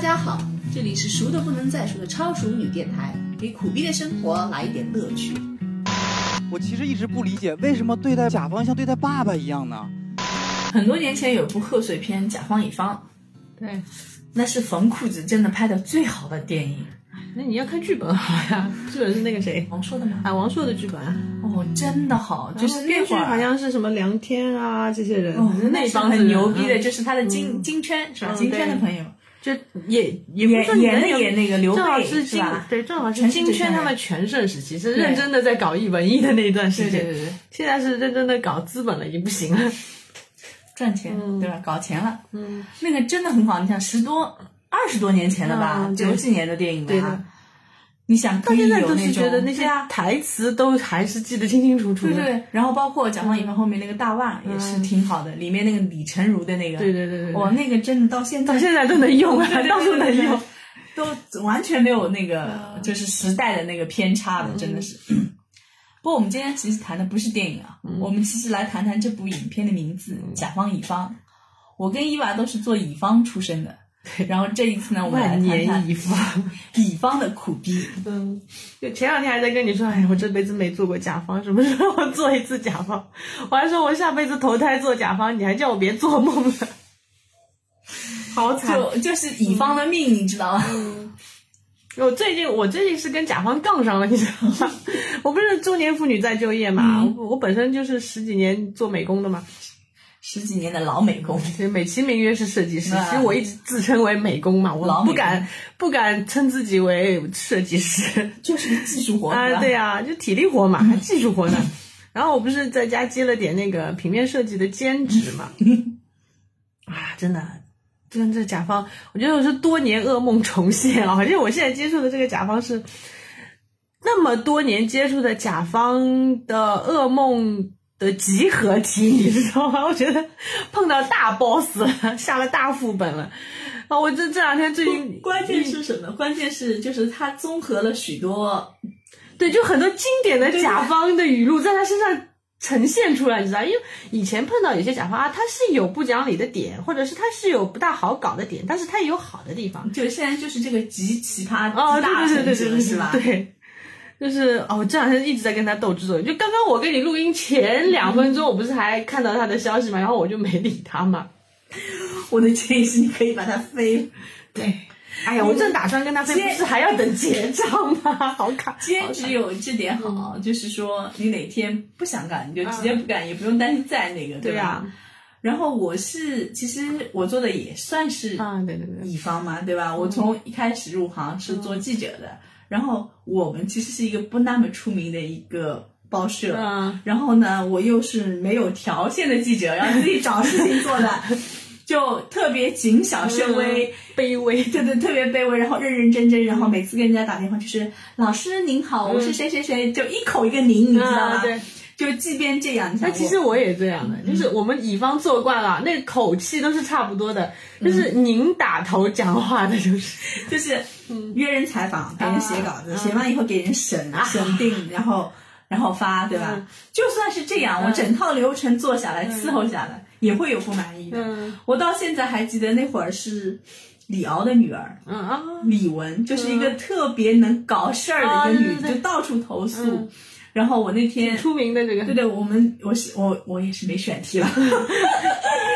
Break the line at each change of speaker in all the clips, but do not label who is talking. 家好，这里是熟的不能再熟的超熟女电台，给苦逼的生活来一点乐趣。
我其实一直不理解，为什么对待甲方像对待爸爸一样呢？
很多年前有部贺岁片《甲方乙方
对，》，
那是冯裤子真的拍的最好的电影。
那你要看剧本好呀，剧本是那个谁，
王朔的吗？
啊，王朔的剧本啊，
哦，真的好，就
然
是
后
那
编剧
会儿
好像是什么梁天啊这些人，
哦，
那
那
一
是
帮子
很
人
牛逼的，
嗯
就是他的金金圈是吧？
嗯
金圈的
对
朋友
就也也不
演
是说你
演
能
的
有
演那个刘
正好
备
是
是
金
吧？
对，正好是
全是
金
这些
圈他
人
们全盛时期，是
对
认真的在搞艺文艺的那一段时
对
间。
对对对，
现在是认真的搞资本了，已经不行了。
赚钱对吧？搞钱了，
嗯，
那个真的很好。你想十多二十多年前了吧？
嗯对
九几年的电影
对
了
的
啊，你想
到
可以有
现在
那
都是
种
觉得那些
对啊，
台词都还是记得清清楚楚
对
的。
对对，然后包括《甲方乙方》后面那个大腕也是挺好的，里面那个李成儒的那个，
嗯对对对对对
哇，那个真的到现在
到现在都能用啊，
对
到处能用。，
对对都完全没有那
嗯
个就是时代的那个偏差的，真的是。 不过我们今天其实谈的不是电影啊，
嗯
我们其实来谈谈这部影片的名字《甲方乙方》。我跟伊娃都是做乙方出身的，然后这一次呢，我们来
万
谈
年
谈
一发。
乙方的苦逼。
嗯，就前两天还在跟你说，哎，我这辈子没做过甲方，什么时候 做一次甲方？我还说我下辈子投胎做甲方，你还叫我别做梦了，好惨！
就就是乙方的命，你知道吗？
嗯我最近我最近是跟甲方杠上了，你知道吗？ 我不是中年妇女再就业嘛，
嗯
我我本身就是十几年做美工的嘛，
十几年的老美工，
所以美其名曰是设计师，
那
其实我一直自称为美工嘛，
老
我
美
不
工
敢不敢称自己为设计师。
就是个技术活，
啊，对
吧？嗯
啊，就体力活嘛，还技术活呢。然后我不是在家接了点那个平面设计的兼职 嘛，啊，真的，真这甲方，我觉得我是多年噩梦重现啊！就我现在接触的这个甲方是那么多年接触的甲方的噩梦。的集合体，你知道吗？我觉得碰到大 boss 了，下了大副本了。啊，我这这两天最近
关键是什么？关键是就是它综合了许多
对，就很多经典的甲方的语录在他身上呈现出来，你知道？因为以前碰到有些甲方啊，他是有不讲理的点，或者是他是有不大好搞的点，但是他也有好的地方。
就现在就是这个集奇葩
哦，
集大
对对对
成者
对对，
是吧？
对。就是哦，我这两天一直在跟他斗智斗勇。就刚刚我跟你录音前两分钟，我不是还看到他的消息嘛，然后我就没理他嘛。
我的建议是你可以把它飞
对，哎呀，我正打算跟他飞，不是还要等结账吗？好卡，
兼职有这点
嗯
好，就是说你哪天不想干，你就直接不干，也不用担心再那个，
对啊
吧？
呀，
然后我是，其实我做的也算是
啊，对对对，
乙方嘛，对吧？
嗯
我从一开始入行是做记者的，然后我们其实是一个不那么出名的一个报社，
嗯
然后呢，我又是没有条件的记者，然后自己找事情做的， 就特别谨
嗯
小慎微，
卑微。
对对，特别卑微，然后认认真真，然后每次跟人家打电话就是老师您好，我是谁谁谁，就一口一个您，你知道吗？
啊对，
就即便这样，你想
那其实我也这样的，就是我们乙方做惯了，那口气都是差不多的，就是您打头讲话的，就是
我就是
嗯
约人采访，给人写稿子，
啊
写完以后给人审审定，然后然后发，对吧
嗯？
就算是这样，我整套流程做下来伺候下来，也会有不满意的。
嗯
我到现在还记得那会儿是李敖的女儿，
嗯啊，
李玟就是一个特别能搞事儿的一个女
啊
的，
对对对
就到处投诉
嗯。
然后我那天
出名的这个
对对，我们我是我我也是没选题了，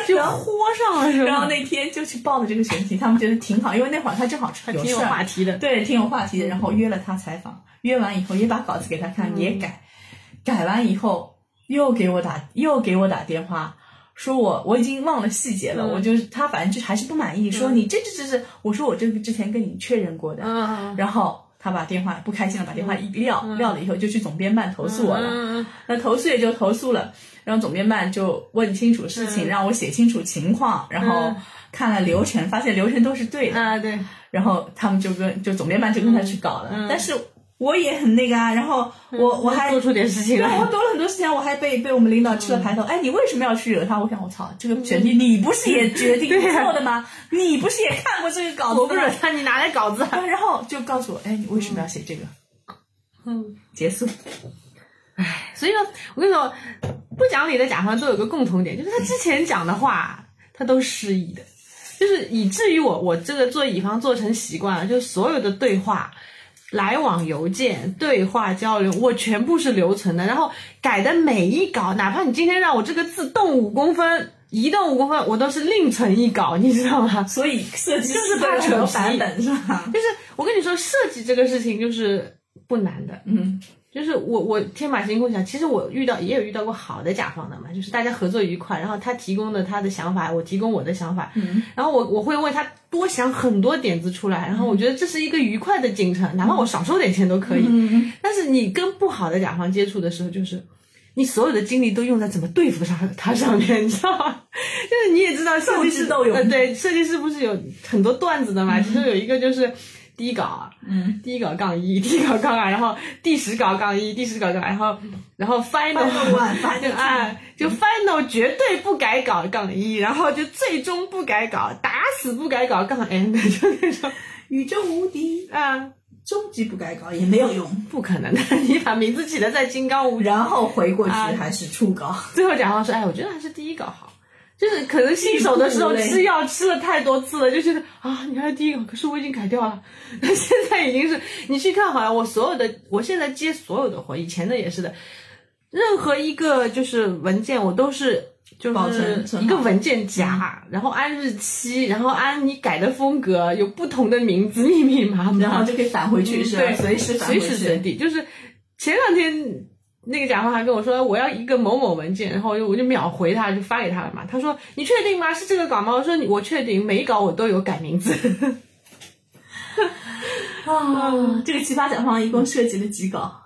就豁上了是吧？
然后那天就去报的这个选题，他们觉得挺好，因为那会儿他正好
还
有
挺
事
有
儿
话题的，
对，挺有话题的，然后约了他采访，约完以后也把稿子给他看，也改，
嗯
改完以后又给我打又给我打电话，说我我已经忘了细节了，
嗯
我就是他反正就还是不满意，说你这这这这，我说我这个之前跟你确认过的，
嗯，
然后。他把电话不开心了，把电话一撂，撂了以后就去总编办投诉我了。
嗯嗯
那投诉也就投诉了，然后总编办就问清楚事情，
嗯
让我写清楚情况，然后
嗯
看了流程，发现流程都是对的，
啊对，
然后他们就跟就总编办就跟他去搞了，
嗯嗯
但是我也很那个啊，然后我、我还
做出点事情
对，我
来，嗯
躲了很多事情，啊我还被被我们领导吃了排头。哎，你为什么要去惹他？我想，我操，这个选题你不是也决定
对呀啊
错的吗？你不是也看过这个稿
我
子
不
的
惹
吗？
他，你拿来稿子，
对然后就告诉我，哎，你为什么要写这个？
嗯。
结束。
所以呢，我跟你说，不讲理的甲方都有个共同点，就是他之前讲的话，他都失忆的。就是以至于我我这个做乙方做成习惯了，就所有的对话、来往邮件、对话交流，我全部是留存的，然后改的每一稿，哪怕你今天让我这个字动五公分。移动五公分，我都是另存一稿，你知道吗？
所以设计
就是
师
怕
都有很多
扯
版
皮
本是吧？
就是我跟你说，设计这个事情就是不难的，
嗯，
就是我我天马行空想，其实我遇到也有遇到过好的甲方的嘛，就是大家合作愉快，然后他提供的他的想法，我提供我的想法，
嗯，
然后我我会为他多想很多点子出来，然后我觉得这是一个愉快的进程，哪怕我少收点钱都可以。
嗯
但是你跟不好的甲方接触的时候，就是你所有的精力都用在怎么对付上他上面， 你知道吗？就是你也知道设计师
斗智斗勇
呃对，设计师不是有很多段子的嘛，其中有一个就是第一稿啊，
嗯，
第一稿杠一，第一稿杠二，然后第十稿杠一，第十稿杠二，然后然后 final
Final one，final
啊，就 final 绝对不改稿杠一，然后就最终不改稿，打死不改稿杠 n，就那种
宇宙无敌，
啊，
终极不改稿也没有用，
不可能的， 你把名字起的再金刚无
然后回过去
啊
还是初稿，
最后甲方说：“哎，我觉得还是第一稿好，就是可能新手的时
进
候
步嘞
吃药吃了太多次了，就觉得啊，你还是第一稿，可是我已经改掉了， 那现在已经是你去看好了，我所有的我现在接所有的活，以前的也是的，任何一个就是文件我都是。”就
保存
是
嗯存好
一个文件夹，然后按日期，然后按你改的风格，有不同的名字，密密麻麻，
然后就可以返回去是吧？
嗯对，
嗯随时返回
随时随
去。
地。就是前两天那个甲方还跟我说，我要一个某某文件，然后我就我就秒回他，就发给他了嘛。他说你确定吗？是这个稿吗？我说你我确定，每一稿我都有改 名字。
啊，这个奇葩甲方一共设计了几稿？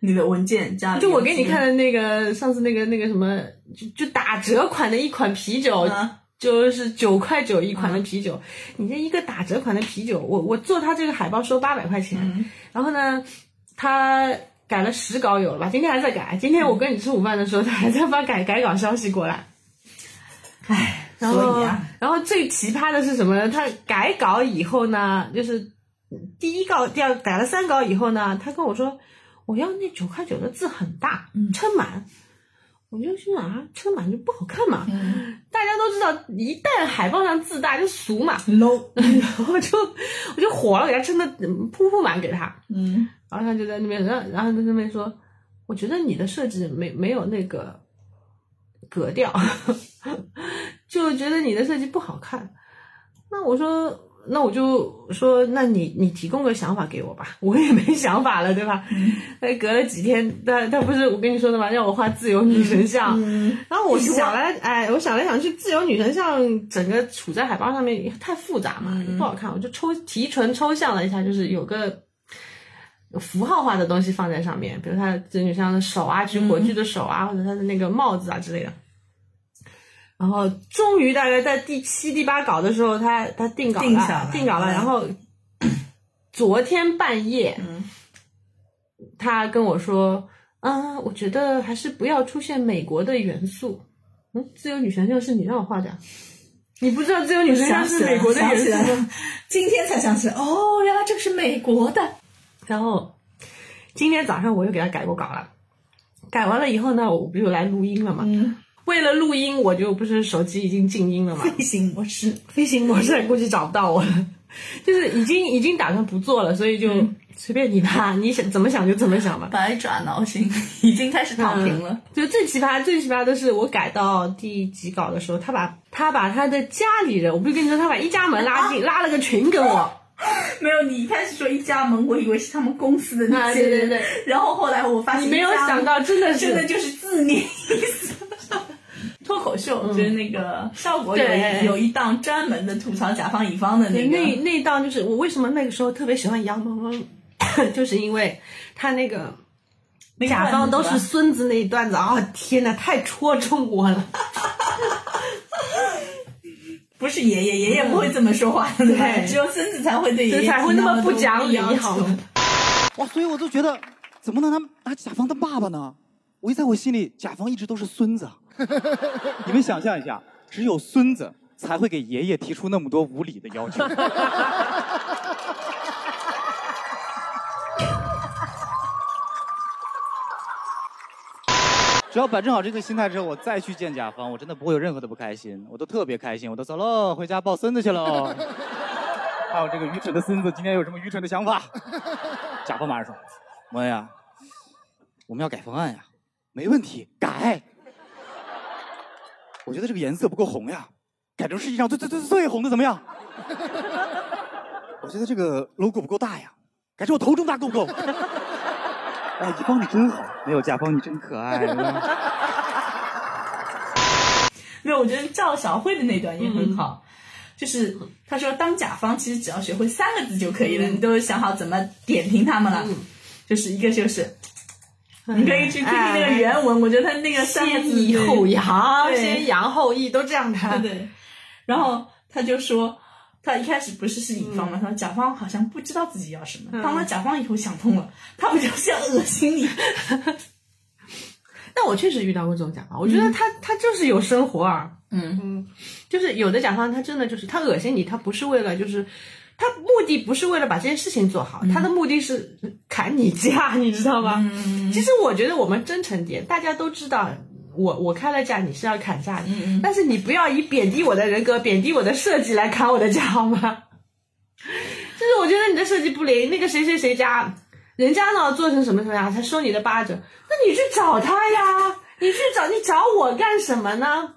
你的文件加
就我给你看的那个上次那个那个什么，就就打折款的一款啤酒。
啊
就是九块九一
嗯
款的啤酒，你这一个打折款的啤酒，我我做他这个海报收八百块钱，
嗯
然后呢，他改了十稿有了吧？今天还在改。今天我跟你吃午饭的时候，他还在发改改稿消息过来。
唉，
然
所
后
以啊，，
然后最奇葩的是什么呢？他改稿以后呢，就是第一稿、第二改了三稿以后呢，他跟我说我要那九块九的字很大，
嗯
撑满。我就心想啊，撑满就不好看嘛。
嗯
大家都知道，一旦海报上字大就俗嘛。
，low，
然后就我就火了，给他撑的铺铺满给他。
嗯
然后他就在那边，然后然后他在那边说，我觉得你的设计没没有那个格调， 就觉得你的设计不好看。那我说，那我就说，那你你提供个想法给我吧，我也没想法了，对吧？
嗯
那隔了几天，他他不是我跟你说的吗？让我画自由女神像，
嗯，
然后我
一直
想来，哎，我想来想去，自由女神像整个处在海报上面也太复杂嘛，也不好看。我就抽提纯抽象了一下，就是有个符号化的东西放在上面，比如她的自由女神像的手啊，举火炬的手
嗯
啊，或者她的那个帽子啊之类的。然后终于大概在第七、第八稿的时候，他他定稿了，
定下来
定稿了。
嗯
然后昨天半夜，
嗯
他跟我说，嗯，我觉得还是不要出现美国的元素。嗯，自由女神像是你让我画的啊，你不知道自由女神像
想起
是
来
美
了
国的元
想起来
素吗？
了，今天才想起来，哦，原来这个是美国的，
然后今天早上我又给他改过稿了，改完了以后呢，我不就来录音了嘛？
嗯，
为了录音，我就不是手机已经静音了嘛，
飞行模 式，
飞行模式估计找不到我了，嗯就是已经已经打算不做了，所以就随便你吧， 你想怎么想就怎么想吧。
百爪挠心，嗯已经开始躺平了。
就最奇葩、最奇葩的是，我改到第几稿的时候，他把他把他的家里人，我不是跟你说，他把一家门拉 进、拉了个群跟我，
没有，你一开始说一家门，我以为是他们公司的那些人，
啊对对对
然后后来我发现
你没有
一家门
想到， 真的是
真的就是字面意思。 脱口秀就是那个效果有
嗯对
一有一档专门的吐槽甲方乙方的
对
那
那
个，
那一档就是我为什么那个时候特别喜欢杨萌萌， 就是因为他那个
那
甲方都是
是
孙子那一段子啊、天哪，太戳中 我了。
不是爷爷，爷爷不会这么说话的，对吧
嗯对
只有孙子才会对爷
这
爷
才会那么
提
不
多
讲理，
要求
好吗？
哇，所以我就觉得，怎么能拿拿甲方当爸爸呢？我一在我心里，甲方一直都是孙子。啊 你们想象一下，只有孙子才会给爷爷提出那么多无理的要求。 只要摆正好这个心态之后，我再去见甲方，我真的不会有任何的不开心，我都特别开心，我都走喽，回家抱孙子去喽。 还有这个愚蠢的孙子今天有什么愚蠢的想法？甲方马上说：“莫呀，我们要改方案呀，没问题，改。我觉得这个颜色不够红呀，改成世界上最最最最红的怎么样？ 我觉得这个 logo 不够大呀，改成我头这么大够不够？ 哎，乙方你真好，没有甲方你真可爱。对吧
没有，我觉得赵小慧的那段也很
嗯
好，就是他说当甲方其实只要学会三个字就可以
嗯
了，你都想好怎么点评他们了，就是一个就是，你可以去听听那个原文，我觉得他那个三个字
哎先抑后扬，
对
先扬后抑，都这样
对
的。
对，然后他就说。他一开始不是是乙
嗯
方嘛？他说甲方好像不知道自己要什么。当了甲方以后想通了，他不就是要恶心你？
但我确实遇到过这种甲方，我觉得他他就是有生活啊，
嗯，
就是有的甲方他真的就是他恶心你，他不是为了就是。他目的不是为了把这件事情做好，他的目的是砍你价，你知道吗？其实我觉得我们真诚点，大家都知道，我我开了价，你是要砍价的，但是你不要以贬低我的人格、贬低我的设计来砍我的价，好吗？ 就是我觉得你的设计不灵，那个谁谁谁家，人家呢做成什么什么样才收你的八折，那你去找他呀，你去找你找我干什么呢？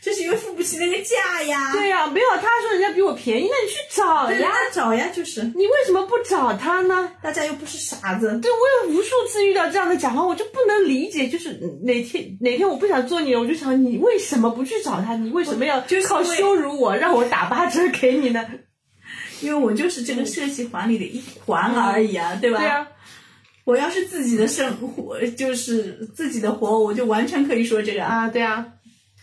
就是因为付不起那个价呀。
对呀、没有他说人家比我便宜，那你去找
对呀，
呀，
找呀，就是
你为什么不找他呢？
大家又不是傻子，
对，我有无数次遇到这样的甲方，我就不能理解，就是哪天哪天我不想做你了，我就想你为什么不去找他？你为什么要
就是
靠
因为
羞辱我，让我打八折给你呢？
因为我就是这个设计环里的一环而已啊，对吧？
嗯对呀、
我要是自己的生活，就是自己的活，我就完全可以说这个
啊，
啊。
对呀、啊。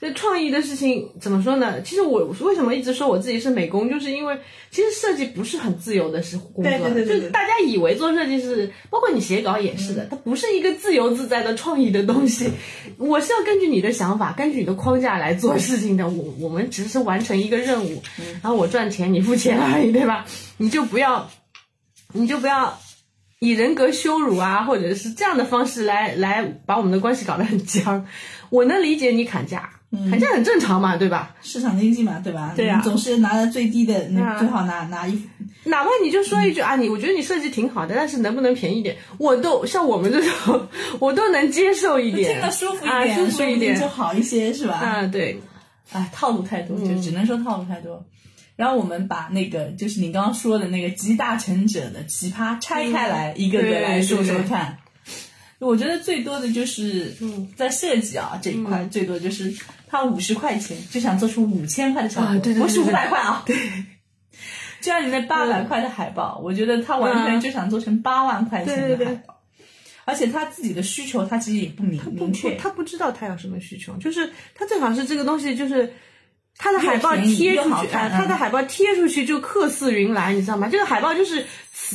那创意的事情怎么说呢？其实我为什么一直说我自己是美工，就是因为其实设计不是很自由的是工作，
对对对对对嗯
就是大家以为做设计是，包括你写稿也是的，它不是一个自由自在的创意的东西。 我是要根据你的想法，根据你的框架来做事情的。我我们只是完成一个任务，
嗯
然后我赚钱，你付钱而已，对吧？你就不要，你就不要以人格羞辱啊，或者是这样的方式来来把我们的关系搞得很僵。我能理解你砍价，
嗯
砍价很正常嘛，对吧？
市场经济嘛，对吧？
对呀
你总是拿着最低的，你
啊
最好拿拿一
哪怕你就说一句、
嗯
啊，你我觉得你设计挺好的，但是能不能便宜点？我都像我们这种， 我都能接受一点，
听了舒服一
啊、
点，
舒服
说
一
不定
点
就。好一些，是吧？
啊，对，
哎，套路太多，
嗯
就只能说套路太多。然后我们把那个，就是你刚刚说的那个集大成者的奇葩
嗯
拆开来，一个个来说说看。我觉得最多的就是
嗯
在设计啊这一块，最多就是他五十块钱就想做出五千块的效果，
啊对对对
不是
对
五
对嗯
百块啊。对，就像你那八百块的海报，我觉得他完全就想做成八万块钱
对
的
对
海
对
报，而且他自己的需求他其实也不明
不
明
不
确，，
他不知道他有什么需求，就是他最好是这个东西就是。他的海报
又便宜
贴
又
出
好
去，
看嗯
啊，他的海报贴出去就客似云来，你知道吗？这个海报就是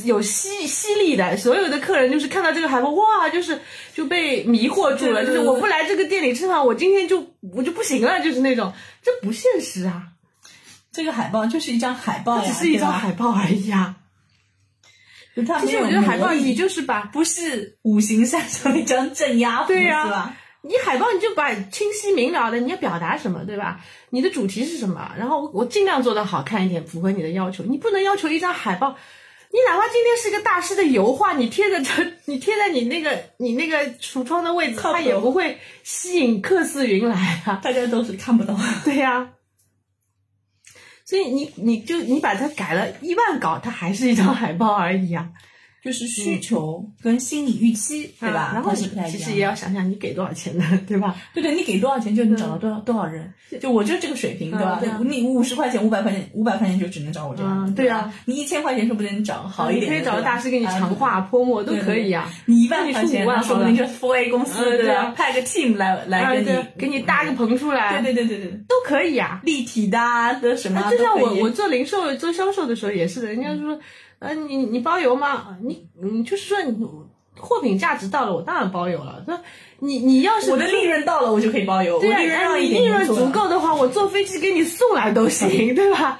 有吸吸力的，所有的客人就是看到这个海报，哇，就是就被迷惑住了，
对对
就
对
是我不来这个店里吃饭，我今天就我就不行了，就是那种，这不现实啊，
这个海报就是一张海报呀，
只是一张
对吧
海报而已啊。
他
其
没
实
有
我觉得海报，
魔力
你就是把
不是五行山上那张镇压符
对呀
是吧？
你海报你就把清晰明了的，你要表达什么，对吧？你的主题是什么？然后我我尽量做的好看一点，符合你的要求。你不能要求一张海报，你哪怕今天是个大师的油画，你贴在这，你贴在你那个你那个橱窗的位置，
靠谱
它也不会吸引客似云来啊。
大家都是看不到。
对呀、所以你你就你把它改了一万稿，它还是一张海报而已啊，
就是需求跟心理预期，对吧？
然后
它
你
是不太一
其
样
实也要想想你给多少钱的，对吧？
对对，你给多少钱就能找到多少多少人，就我就这个水平，对吧
嗯对啊？
你五十块钱、五百块钱、五百块钱就只能找我这样的，
嗯对啊嗯
吧？你一千块钱说不定找好一
你
点
可
的，
以找个
对吧
大师给你
啊
长画、泼墨都
对对
可以啊。
你一万块钱，
那你出五万
那说不定就是 f o A 公司
嗯对啊
吧？派个 team 来
啊
来跟
对
你
给你搭个棚出来，
对对对对对，
都可以啊。
立体的啊的什么
啊
都可以，
就像我我做零售做销售的时候也是的，人家说，呃，你你包邮吗？你你就是说你货品价值到了，我当然包邮了。说你你要是
我的利润到了，我就可以包邮。
对
我利润
啊，
让
你
一
利
点
润
就做
足
了。
够的话，我 坐飞机给你送来都行，对吧？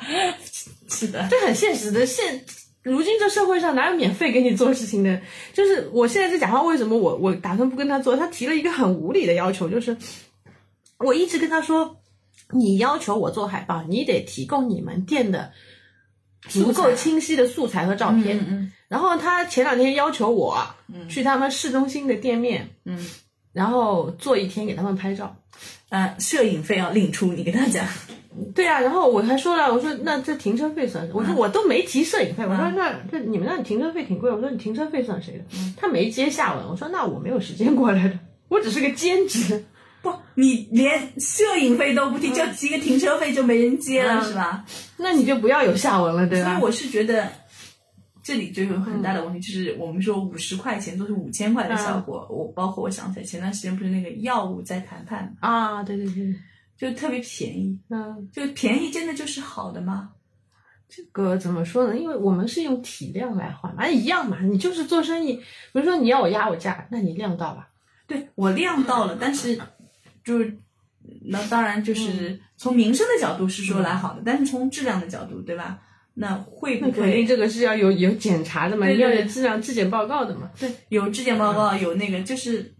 是的，
这很现实的，现如今这社会上哪有免费给你做事情的？就是我现在在甲方，为什么我我打算不跟他做？他提了一个很无理的要求，就是我一直跟他说，你要求我做海报，你得提供你们店的足够清晰的素材和照片。
嗯
然后他前两天要求我
嗯
去他们市中心的店面，
嗯，
然后做一天给他们拍照。
呃，摄影费要另出，你给他讲。
对啊，然后我还说了，我说那这停车费算谁？我说我都没提摄影费，我说
嗯
那这你们那停车费挺贵，我说你停车费算谁的？他没接下文，我说那我没有时间过来的，我只是个兼职。
不，你连摄影费都不提，就提个停车费就没人接了，
嗯
是吧？
那你就不要有下文了，对啊
所
吧
以？我是觉得这里就有很大的问题，就是我们说五十块钱都是五千块的效
嗯
果。我包括我想起来前段时间不是那个药物在谈判嘛，
啊，对对对，
就特别便宜，
那
就便宜真的就是好的吗？
这个怎么说呢？因为我们是用体量来换嘛，哎一样嘛，你就是做生意，比如说你要我压我价，那你量到吧。
对我量到了，但是就是。那当然，就是从民生的角度是说来好的，但是从质量的角度，对吧？那会
那
不
肯定
会
这个是要有有检查的嘛，
对
你要
对
有质量质检报告的嘛。
对有质检报告，有那个就是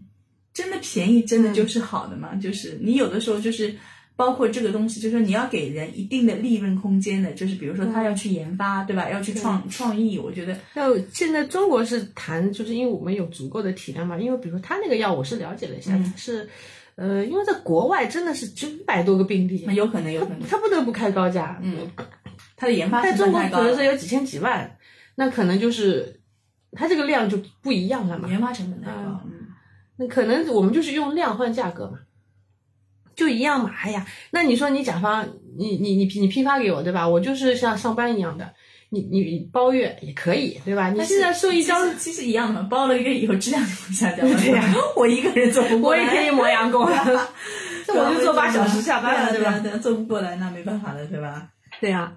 真的便宜，真的就是好的嘛？就是你有的时候就是包括这个东西，就是说你要给人一定的利润空间的，就是比如说他要去研发，对吧？要去创创意，我觉得
那现在中国是谈，就是因为我们有足够的体量嘛。因为比如他那个药，我是了解了一下，
嗯
是，呃，因为在国外真的是九百多个病例
那，有可能有可能
他不得不开高价。
嗯，他的研发
在
成本
中国
太高
可能是
了，
有几千几万，那可能就是他这个量就不一样了嘛。
研发成本太高。嗯
那可能我们就是用量换价格嘛，就一样嘛。哎呀，那你说你甲方，你你你批你批发给我对吧？我就是像上班一样的，你你你包月也可以对吧？你
但
现在
是
受益
其实
交
其实一样的嘛，包了一个有质量就不下降了。
对呀
我一个人做不过
我
来，
也可以磨洋工啊， 这我就做八小时下班了，
对
对
啊
吧？
对啊，做不过来那没办法了，对吧？
对啊呀，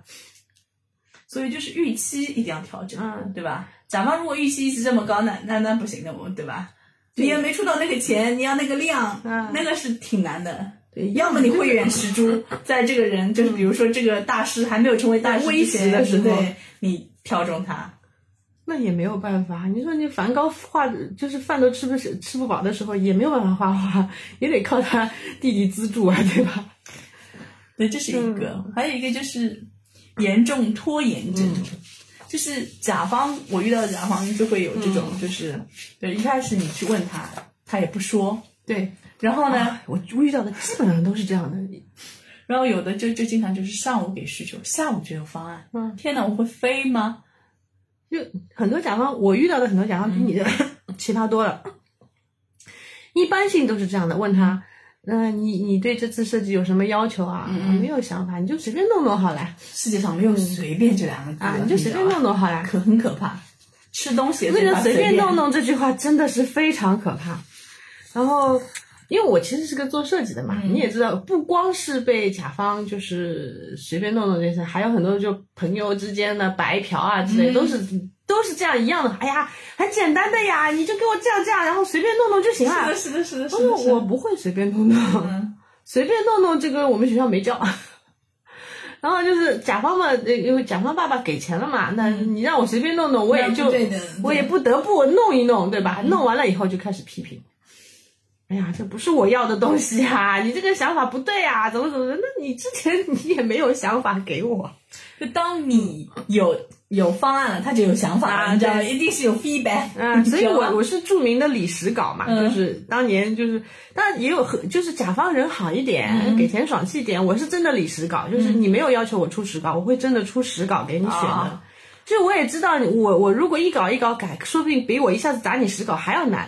所以就是预期一定要调整，
嗯
对吧？甲方如果预期一直这么高，那那那不行的，我对吧？你也没出到那个钱，你要那个量，
嗯
那个是挺难的。
对啊
要么你慧眼识珠，
嗯
在这个人就是比如说这个大师还没有成为大师
微
之
时
前
的时候
对你挑中他，
那也没有办法。你说你梵高画就是饭都吃不吃吃不饱的时候，也没有办法画画，也得靠他弟弟资助啊，对吧？
对，这是一个，还有一个就是严重拖延症，
嗯
就是甲方，我遇到的甲方就会有这种，
嗯
就是、对，一开始你去问他，他也不说，
对，啊
然后呢，
我遇到的基本上都是这样的。
然后有的就就经常就是上午给需求，下午就有方案，
嗯
天哪，我会飞吗？
就很多甲方，我遇到的很多甲方比你的 奇葩多了。一般性都是这样的，问他，嗯、你你对这次设计有什么要求啊？
嗯嗯
没有想法，你就随便弄弄好了
世界上没有随便这两个字
嗯啊，你就随便
知道
弄
吧
弄好了。
可很可怕。吃东西也
那
嘴
个
巴
随便
便
弄，弄这句话真的是非常可怕。然后，因为我其实是个做设计的嘛，
嗯
你也知道，不光是被甲方就是随便弄弄这些，还有很多就朋友之间的白嫖啊之类，
嗯
都是都是这样一样的。哎呀，很简单的呀，你就给我这样这样，然后随便弄弄就行了。
是的，是的，是的，是
不是，
的
啊哦我不会随便弄弄。
嗯
随便弄弄这个我们学校 没教。然后就是甲方嘛，呃因为甲方爸爸给钱了嘛，那你让我随便弄弄，我也
嗯那
就
不对的嗯
我也不得不弄一弄，对吧？弄完了以后就开始批评。哎呀，这不是我要的东西啊！你这个想法不对啊，怎么怎么的？那你之前你也没有想法给我，
就当你有有方案了，他就有想法了，
啊
你知道吗？
对
一定是有 feedback，
嗯，所以
你知道
我
吗
我是著名的理石稿嘛，
嗯
就是当年就是，当然也有很就是甲方人好一点，
嗯
给钱爽气一点。我是真的理石稿，就是你没有要求我出实稿，我会真的出实稿给你选的。
啊
就我也知道你，我我如果一稿一稿改，说不定比我一下子打你实稿还要难。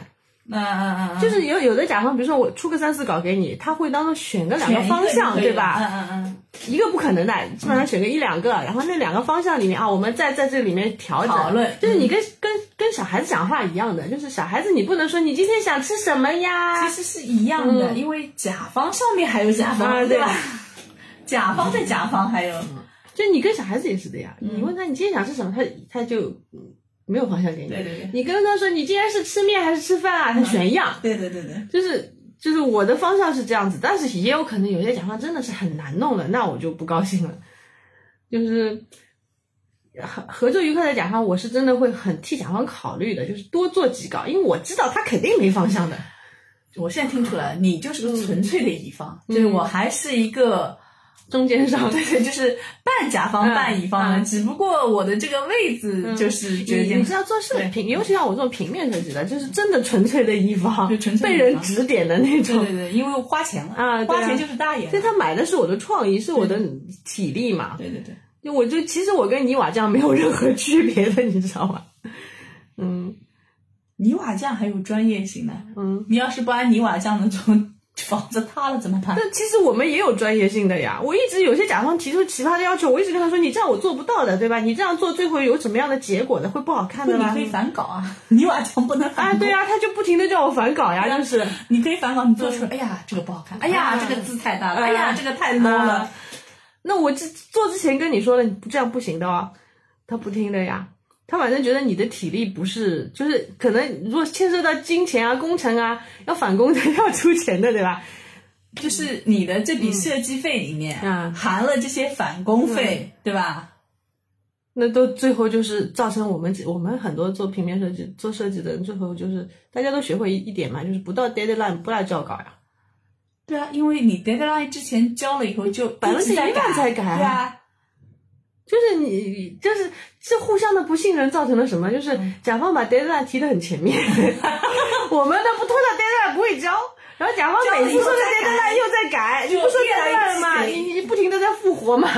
嗯嗯嗯嗯，
就是有有的甲方，比如说我出个三四稿给你，他会当中选个两个
选一
方
就
向，
可以
对
了
吧？
嗯嗯嗯，
一个不可能的，基本上选个一两个，然后那两个方向里面啊，我们再在这里面调整。
讨论
就是你跟、跟跟小孩子讲话一样的，就是小孩子你不能说你今天想吃什么呀
其，实是一样的，
嗯
因为甲方上面还有甲
啊
方，
对嗯
吧？甲方在甲方还有，
就你跟小孩子也是的呀，
嗯
你问他你今天想吃什么，他他就嗯没有方向给你。
对对嗯对
你跟他说你今天是吃面还是吃饭啊，他选一样，
对对对对，
就是。就是我的方向是这样子，但是也有可能有些甲方真的是很难弄的，那我就不高兴了。就是合合作愉快的甲方，我是真的会很替甲方考虑的，就是多做几稿，因为我知道他肯定没方向的。
我现在听出来，你就是个纯粹的乙方，
嗯
就是我还是一个，哦
中间商，
对对，就是半甲方
嗯
半乙方的，
嗯
只不过我的这个位置就是决
你
定
你知道做事
对
的平，尤其像我这种平面设计的，就是真的纯粹的乙方，
就纯粹的
被
乙
人
方
指点的那
对
种。
对对，因为花钱了
啊对啊
花钱就是大爷
所以。他买的是我的创意，是我的体力嘛。
对对对，
就我就其实我跟泥瓦匠没有任何区别的，你知道吗？嗯
泥瓦匠还有专业性呢。
嗯。
你要是不按泥瓦匠那种房子塌了怎么办？
但其实我们也有专业性的呀。我一直有些甲方提出奇葩的要求，我一直跟他说：“你这样我做不到的，对吧？你这样做最后有什么样的结果的，会不好看
不，
的
你
吧
可以反稿啊，泥瓦匠不能？”反啊
啊，
稿
对呀、他就不停的叫我反稿呀，就是
你可以反稿，你做出来，
嗯
哎呀，这个不好看，哎呀，
啊
这个字太大了，
啊
哎呀，这个太 low 了
啊。那我这做之前跟你说了，你不这样不行的哦，他不听的呀。他反正觉得你的体力不是，就是可能如果牵涉到金钱啊、工程啊，要返工程 要出钱的，对吧？
就是你的这笔设计费里面
嗯
含了这些返工费，对吧？
那都最后就是造成我们我们很多做平面设计、做设计的人，最后就是大家都学会一一点嘛，就是不到 deadline 不来交稿呀。
对啊，因为你 deadline 之前交了以后就
百分之一
在
百才改啊
对啊，
就是你，就是这互相的不信任造成了什么？就是甲方把 deadline 提得很前面， 我们的不拖到 deadline 不会交，然后甲方每次说的 deadline 又在改，你不说 deadline 嘛，你你不停的在复活 嘛，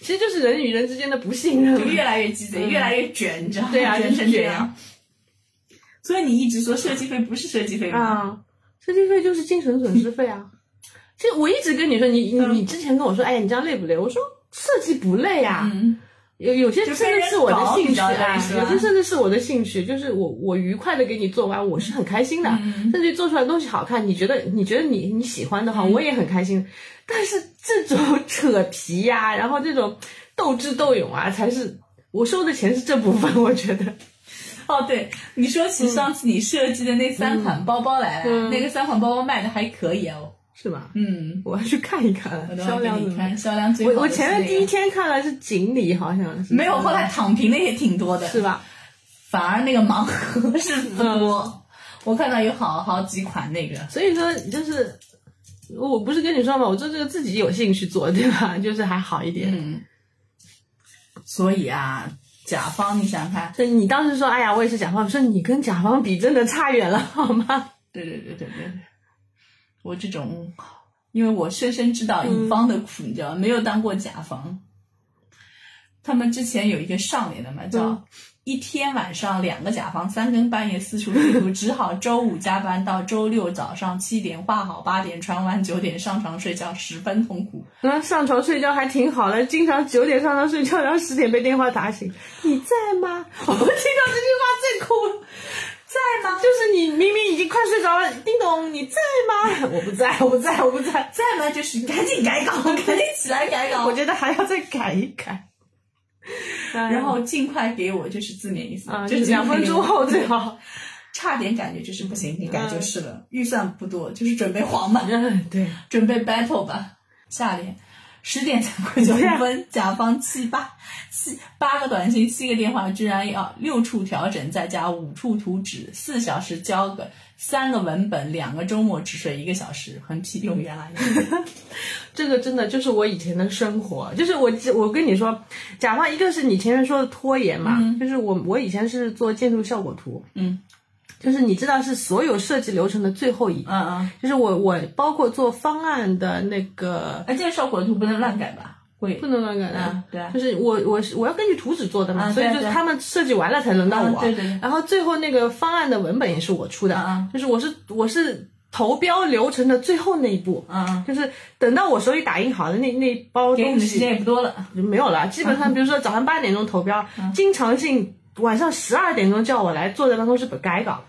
其实就是人与人之间的不信任
就。越来越鸡贼，越来越卷，你知道吗？
嗯对啊
卷成
就是
这
这
样
样。
所以你一直说设计费不是设计费吗？
啊，设计费就是精神损失费 啊。其实我一直跟你说，你
嗯
你你之前跟我说，哎，你这样累不累？我说设计不累啊。
嗯，
有有些
就
甚
被人
至是我的
搞
兴
比
趣
较
啊，
累是吧
有些甚至是我的兴趣，就是我我愉快的给你做完，我是很开心的，
嗯
甚至做出来的东西好看，你觉得你觉得你你喜欢的话，我也很开心。但是这种 扯皮呀、然后这种斗智斗勇啊，才是我收的钱是这部分，我觉得
哦，对，你说起上次你设计的那三款包包来了，
嗯
那个三款包包卖的还可以哦。
是吗？
嗯，
我要去看一看
我等
销
会儿
量
给
怎
你
么样
看，。销量最好
我
的
我前面
是那
第一
个
天看了是锦鲤，好像是
没有，后来躺平的也挺多的，
是？吧？
反而那个盲盒是不多。
嗯
我看到有好好几款那个，
所以说就是我不是跟你说嘛，我做这个自己有兴趣做，对吧？ 就是还好一点。
嗯，所以啊，甲方你想想看，
所以你当时说，哎呀，我也是甲方，我说你跟甲方比真的差远了，好吗？
对对对对对，我这种，因为我深深知道
嗯
乙方的苦，你知道吗？没有当过甲方，他们之前有一个上联的嘛，叫、
嗯
一天晚上两个甲方，三更半夜四处地图，只好周五加班到周六早上七点画好，八点穿完，九点上床睡觉，十分痛苦。
那嗯上床睡觉还挺好的，经常九点上床睡觉，然后十点被电话打醒，你在吗？ 我听到这句话最哭了。在吗？就是你明明已经快睡着了，叮咚，你在吗？ 我不在，我不在，我不在。
再嘛就是赶紧改稿， 赶紧起来改稿
我，觉得还要再改一改。
然后尽快给我就是字面意思，
啊，
就
哦就是两分钟后最好。
差点感觉就是不行，你改就是了。预算不多，就是准备黄吧，
嗯，对，
准备 battle 吧。下联，十点才回九分，甲方七八七八个短信，七个电话，居然要六处调整，再加五处图纸，四小时交个三个文本，两个周末只睡一个小时，横批用原来的。
这个真的就是我以前的生活，就是我我跟你说，甲方一个是你前面说的拖延嘛，就是我我以前是做建筑效果图，
嗯，
就是你知道是所有设计流程的最后一，
嗯嗯，
就是我我包括做方案的那个
哎，这个效果图不能乱改吧？会
不能乱改的。
啊对啊
就是我我是我要根据图纸做的嘛，
啊
所以
对啊
就
对啊
他们设计完了才轮到我。
啊对对对
然后最后那个方案的文本也是我出的，
啊啊
就是我是我是投标流程的最后那一步，
啊
嗯
啊
就是等到我手里打印好的那那包
给你
东
的时间
西
也不多了，
就没有了，基本上比如说早上八点钟投标，经常性晚上十二点钟叫我来坐在办公室改稿。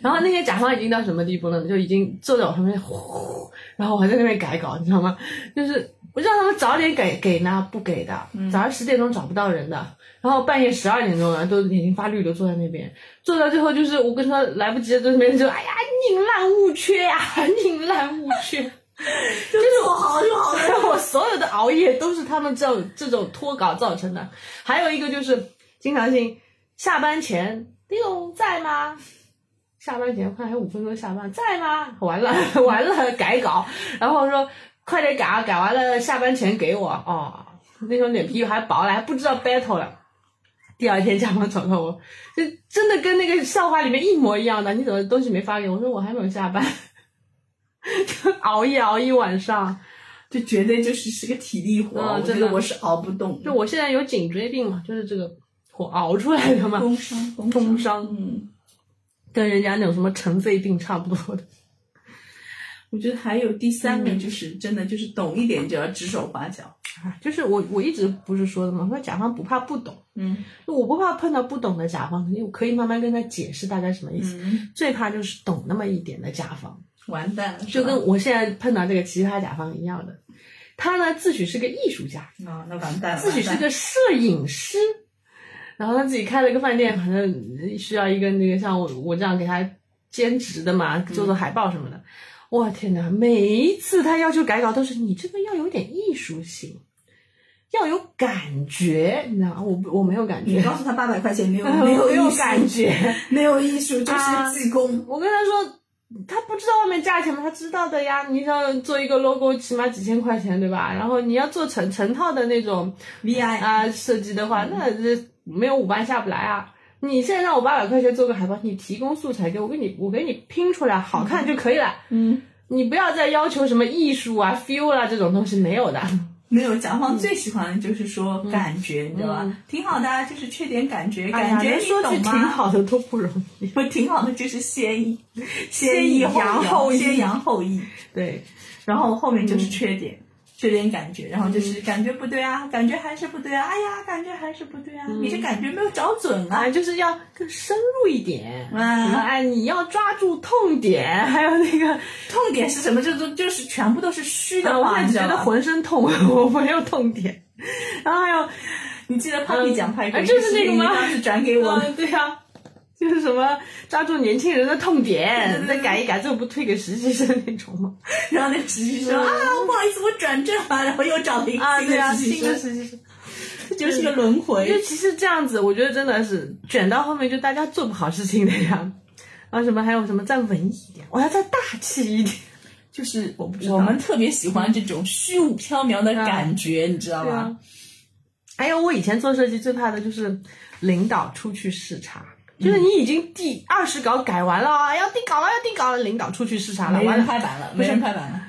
然后那些甲方已经到什么地步了？就已经坐在我旁边，呼，然后我还在那边改稿，你知道吗？就是我让他们早点给给呢，不给的，早上十点钟找不到人的，然后半夜十二点钟了，都眼睛发绿的坐在那边，坐到最后啊 就是我跟他来不及了，就那边就哎呀，宁滥勿缺呀、宁滥勿缺。就是我好就 好了，我所有的熬夜都是他们这种这种脱稿造成的。还有一个就是经常性下班前，六在吗？下班前快还有五分钟下班，在吗？完了 完了，改稿，然后说快点改啊，改完了下班前给我哦。那时候脸皮还薄了，还不知道 battle 了。第二天甲方找到我，就真的跟那个笑话里面一模一样的。你怎么东西没发给我？我说我还没有下班， 就熬夜熬一晚上。
就绝对就是是个体力活，
嗯
我觉
真
得
的
我是熬不动的。
就我现在有颈椎病嘛，就是这个我熬出来 的嘛，
工伤，工
工伤
嗯，
跟人家那种什么尘肺病差不多的。
我觉得还有第三
嗯
个就是真的就是懂一点就要指手画脚，
哎就是我我一直不是说的嘛，我说甲方不怕不懂，
嗯
我不怕碰到不懂的甲方，因为我可以慢慢跟他解释大概什么意思。
嗯，
最怕就是懂那么一点的甲方。
完蛋了，
就是
吧
跟我现在碰到这个其他甲方一样的，他呢自诩是个艺术家，
啊、那完蛋了，
自诩是
完蛋
个摄影师，然后他自己开了一个饭店，反正需要一个那个像我我这样给他兼职的
嗯
嘛，做做海报什么的。我天哪，每一次他要求改稿都是你这个要有点艺术性，要有感觉，你知道吗？我不我没有感觉
你，告诉他八百块钱 没有
没
有
有
没
没有感，觉。
没有艺术就
啊
是技工，
我跟他说，他不知道外面价钱吗？他知道的呀。你想做一个 logo，起码几千块钱，对吧？然后你要做成成套的那种
VI
啊、设计的话，那这没有五万下不来啊。你现在让我八百块钱做个海报，你提供素材给我，我给你我给你拼出来，好看就可以了。
嗯，
你不要再要求什么艺术啊、feel 啊这种东西，没有的。
没有甲方最喜欢的就是说感觉，你知道吧
嗯？
挺好的啊，就是缺点感觉，
哎呀
感觉
能
你
说
懂
句挺
吗？
好的都不容易。
我挺好的，就是先抑
先抑
抑
扬后抑
先扬后抑，
对，
然后后面
嗯
就是缺点。缺点感觉，然后就是感觉不对啊，感觉还是不对啊，哎呀，感觉还是不对啊，
嗯
你这感觉没有找准啊
啊，，就是要更深入一点。
啊，
哎，你要抓住痛点，还有那个
痛点是什么？这都就是全部都是虚的
嗯我
话，
也
你知
觉
道
得
吗？
浑身痛， 我没有痛点。然后还有，
你记得 Papi 讲派
啊就是那个吗
你当时转给我，
嗯，对啊，就是什么抓住年轻人的痛点，
对对
再
对
改一改，这不推给实习生那种吗？
然后那实习生说啊，不好意思，我转正了，然后又找了一个
嗯啊，
新
对啊，
的实习
新
生
的，实习生。
这就是个轮回
因为其实这样子，我觉得真的是卷到后面，就大家做不好事情的呀。然后什么还有什么再文艺一点，我要再大气一点。
就是我不
知道
我们特别喜欢这种虚无缥缈的感觉，你知道
嗯对
吧
啊？还有，我以前做设计最怕的就是领导出去视察，
嗯
就是你已经第二十稿改完了啊，要定稿了，要定稿了，领导出去视察了，
没
完
人
了，
拍板了，没人拍板了。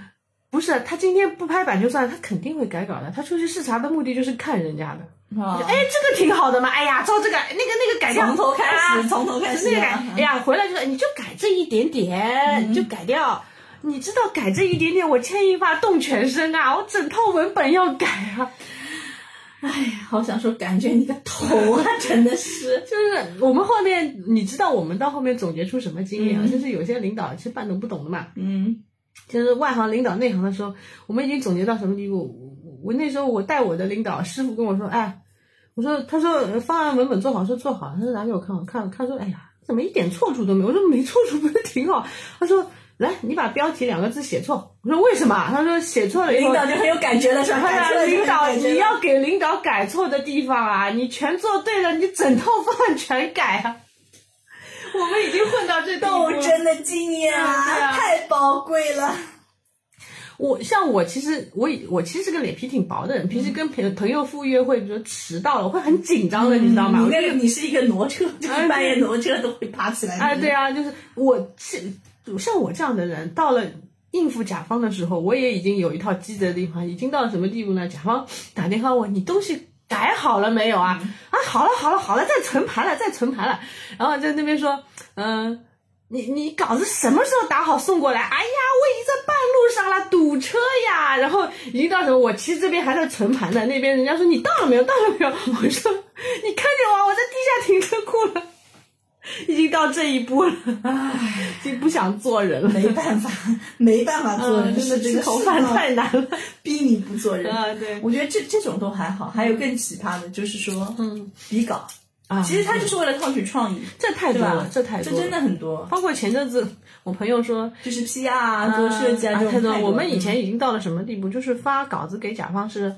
不是他今天不拍板就算了，他肯定会改稿的。他出去视察的目的就是看人家的，
啊
哎，，这个挺好的嘛，哎呀，照这个那个那个改掉，
从头开始
啊
从头开始
那个改
啊，
哎呀，回来就说你就改这一点点，
嗯
你就改掉。你知道改这一点点，我牵一发动全身啊！我整套文本要改啊！
好想说，感觉你个头啊，真的是。
就是我们后面，你知道我们到后面总结出什么经验啊？
嗯
就是有些领导是半懂不懂的嘛，
嗯，
就是外行领导内行的时候，我们已经总结到什么地步？我我那时候我带我的领导师傅跟我说，哎，我说他说呃方案文本做好说做好，他说拿给我看，我看看说，哎呀，怎么一点错处都没有？我说没错处不是挺好？他说来，你把标题两个字写错。我说为什么？他说写错了以后
领导就很有感觉了，是吧？
哎
感觉
呀，
了
领导，
感觉了
你要给领导改错的地方啊，你全做对了，你整套方案全改啊。 我们已经混到这地步
斗
了。
争哦的经验
对
啊，
啊
太宝贵了。
我像我其实我以我其实是个脸皮挺薄的人，平时跟朋友朋友赴约会，比如说迟到了，我会很紧张的，你知道吗？
你
我就
那个你是一个挪车， 就是
哎
半夜挪车都会爬起来。
哎，对啊，就是我是像我这样的人，到了应付甲方的时候，我也已经有一套积极的地方，已经到了什么地步呢？甲方打电话问你东西改好了没有啊？啊，好了好了好了，再存盘了再存盘了，然后在那边说，嗯、你你稿子什么时候打好送过来？哎呀，我已经在半路上了，堵车呀！然后已经到什么？我其实这边还在存盘呢，那边人家说你到了没有？到了没有？ 我说你看着我啊，我在地下停车库了。已经到这一步了，唉，已经不想做人了。
没办法， 没办法做人，
嗯真的
是啊这
吃
个
口饭
世道
太难了。
逼你不做人
啊对
我觉得这这种都还好，还有更奇葩的，就是说，
嗯，
比稿，
啊，
其实他就是为了套取创意，
这太
对
多
吧
了，？这太多
这
了
真的很多，
包括前阵子我朋友说，
就是 PR 啊，做设计啊，这
太
种
多。
太
我
多
们
了
以前已经到了什么地步？就是发稿子给甲方是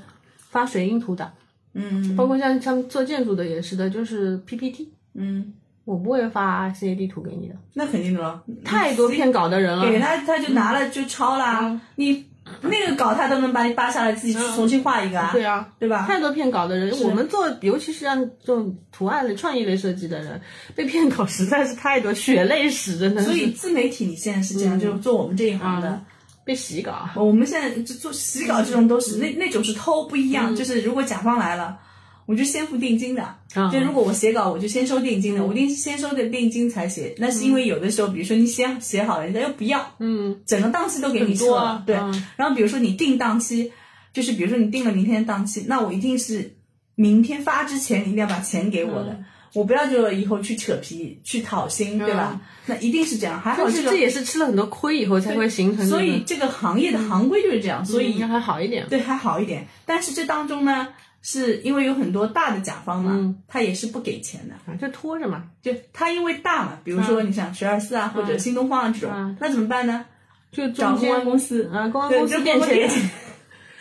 发水印图的，
嗯
包括像像做建筑的也是的，就是 PPT，
嗯，
我不会发 CAD 图给你的，
那肯定的了，
太多骗稿的人
给
了。
他他就拿了就抄
嗯
啦，你那个稿他都能把你扒下来，自己去重新画一个啊，
对啊，
对吧？
太多骗稿的人，我们做尤其是像这种图案类、创意类设计的人，被骗稿实在是太多，血泪史真的是。嗯
所以自媒体你现在是这样，就是做我们这一行的，
被洗稿，
我们现在就做洗稿这种都是那那种是偷不一样，就是如果甲方来了，我就先付定金的。
嗯
就如果我写稿，我就先收定金的，我一定是先收的定金才写。那是因为有的时候，比如说你写写好了，人家又不要，
嗯，
整个档期都给你撤
多
了
啊。
对
嗯，
然后比如说你定档期，就是比如说你定了明天的档期，那我一定是明天发之前你一定要把钱给我
嗯
的。我不要就以后去扯皮、去讨薪，对吧？那一定是这样。还好
但
这
是
个
嗯哦这也是吃了很多亏以后才会形成这个，嗯
所以这个行业的行规就是这样，所以
应该还好一点。
对还好一点。但是这当中呢，是因为有很多大的甲方嘛，
嗯
他也是不给钱的，
啊，就拖着嘛，
就他因为大嘛，比如说你想学而思啊、或者新东方啊这种，
嗯
那怎么办呢？
就
找
中
公
间
关公司
啊，公关
对
公司
就
变
公关变
钱
钱，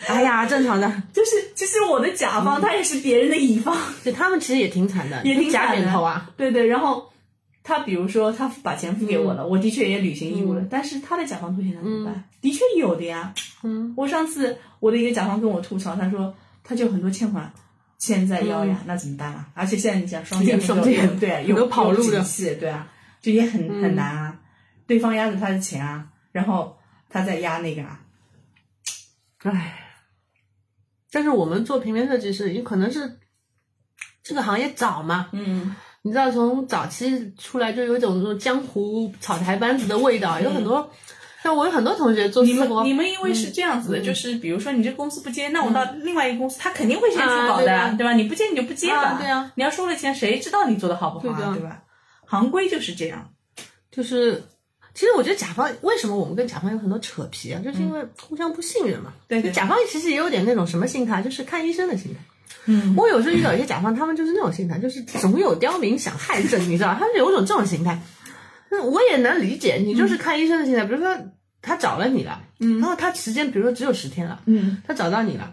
哎呀，正常的。
就是就是我的甲
嗯
方，他也是别人的乙方，
对他们其实也挺惨的，
也挺
假
惨的
点头啊，
对对，然后。他比如说，他把钱付给我了，
嗯
我的确也履行义务了，但是他的甲方拖欠他怎么办？的确有的呀，
嗯，
我上次我的一个甲方跟我吐槽，他说他就很多欠款欠在腰呀，那怎么办啊？而且现在你想双减的时候，
嗯双减
对啊，
有
有
跑路的
有
嗯
几次对啊，就也很很难啊。对方压着他的钱啊，然后他再压那个啊，
唉。但是我们做平面设计师，也可能是这个行业早嘛，
嗯，
你知道从早期出来就有一种那种江湖草台班子的味道，有很多，像我有很多同学做
嗯你
私
们
活，嗯
你们因为是这样子的，就是比如说你这公司不接，那我到另外一个公司，他肯定会先出稿的呀，
啊对啊
对吧？你不接你就不接吧，
啊对啊
你要收了钱，谁知道你做的好不好
对的
啊，对吧？行规就是这样，
就是，其实我觉得甲方为什么我们跟甲方有很多扯皮啊，就是因为互相不信任嘛。
嗯对对
就甲方其实也有点那种什么心态，就是看医生的心态。
嗯，
我有时候遇到一些甲方，他们就是那种心态，就是总有刁民想害朕，你知道吧，他们有种这种心态。那我也能理解，你
嗯
就是看医生的心态，比如说他找了你了，嗯，然后他时间比如说只有十天了，
嗯，
他找到你了。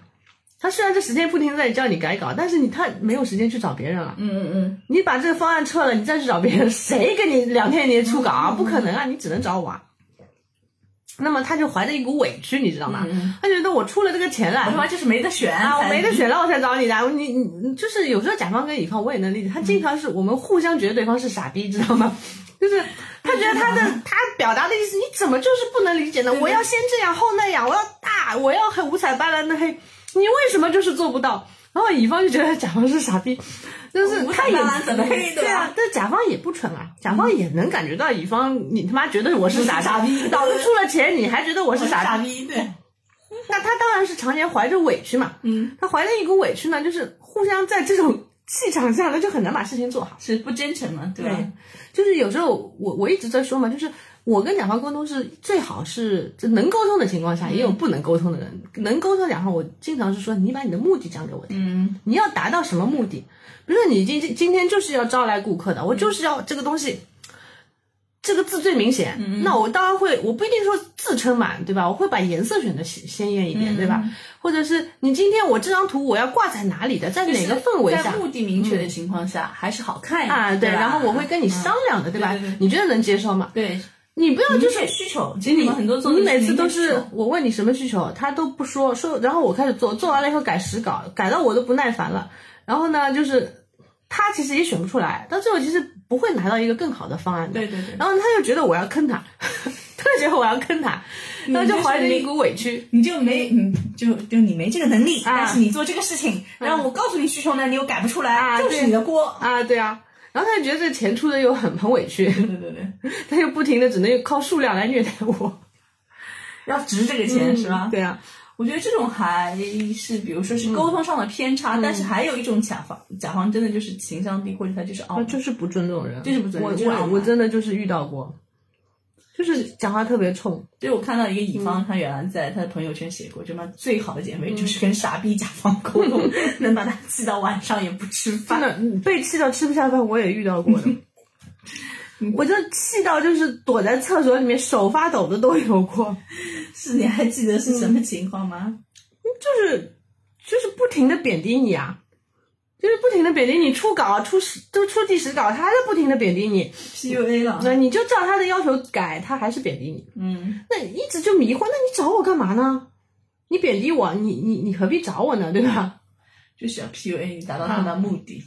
他虽然这十天不停地在叫你改稿，但是你他没有时间去找别人了，
嗯嗯嗯，
你把这个方案撤了，你再去找别人，谁给你两天你出稿
嗯
啊？不可能啊，你只能找我啊。那么他就怀着一股委屈，你知道吗？他觉得我出了这个钱
嗯我他妈
了。
就是没得选
啊，我
才
没得 选了，我才找你的。你你你就是有时候甲方跟乙方我也能理解，他经常是我们互相觉得对方是傻逼，知道吗？就是他觉得 他的他表达的意思，你怎么就是不能理解呢？我要先这样后那样，我要大，我要很五彩斑斓的黑，你为什么就是做不到？然后乙方就觉得甲方是傻逼，就是
五彩
他也
斑斓怎么黑对吧
对啊，但甲方也不蠢啊，甲方也能感觉到乙方你他妈觉得我是傻
傻逼
导致出了钱你还觉得我是傻逼，
逼，对。
那他当然是常年怀着委屈嘛，
嗯，
他怀着一股委屈呢，就是互相在这种气场下呢，就很难把事情做好。嗯
是不真诚嘛，对吧？
就是有时候我我一直在说嘛，就是我跟甲方沟通是最好是就能沟通的情况下，也有不能沟通的人。能沟通甲方，我经常是说你把你的目的讲给我听，
嗯
你要达到什么目的？比如说你今今今天就是要招来顾客的，我就是要这个东西。这个字最明显，
嗯
那我当然会，我不一定说自称满，对吧？我会把颜色选的鲜鲜艳一
嗯
点，对吧？或者是你今天我这张图我要挂在哪里的，在哪个氛围下嗯
在目的明确的情况下，还是好看一点
啊？对，
吧嗯
然后我会跟你商量的，对吧
对对对？
你觉得能接受吗？
对，
你不要就
就是是需求。其实你们很多做的
你每
事
次
情
都
需
是
求
我问你什么需求，他都不说，说然后我开始做，做完了以后改实稿，改到我都不耐烦了。然后呢，就是他其实也选不出来，到最后其实不会拿到一个更好的方案的。
对对对。
然后他就觉得我要坑他， 他就觉得我要坑他，然后就怀着一股委屈。
你就没，嗯，就就你没这个能力，
啊嗯
但是你做这个事情，然后我告诉你需求呢，你又改不出来，
啊
就是你的锅。
啊，对啊。然后他就觉得这钱出的又很很委屈，
对对对对，
他就不停的只能靠数量来虐待我，
要值这个钱、是吧？
对嗯啊，
我觉得这种还是，比如说是沟通上的偏差，
嗯
但是还有一种甲方，甲方真的就是情
嗯
商低，或者他就是傲慢，哦
哦就是不尊重人，
就是不尊重
我
就是傲
我
慢
我真的就是遇到过，就是讲话特别冲，
就是我看到一个乙
嗯
方，他原来在他的朋友圈写过，就妈最好的减肥就是跟傻逼甲方沟 通，能把他气到晚上也不吃
真
饭。
的嗯被气到吃不下饭，我也遇到 过的。我就气到就是躲在厕所里面手发抖的都有过，
是你还记得是什么情况吗？
嗯就是就是不停的贬低你啊，就是不停的贬低你出稿出十都出第十稿，他还在不停的贬低你，
PUA 了，
那你就照他的要求改，他还是贬低你，
嗯，
那你一直就迷惑，那你找我干嘛呢？你贬低我，你你你何必找我呢？对吧？
就是要 PUA 你达到
啊
他的目的。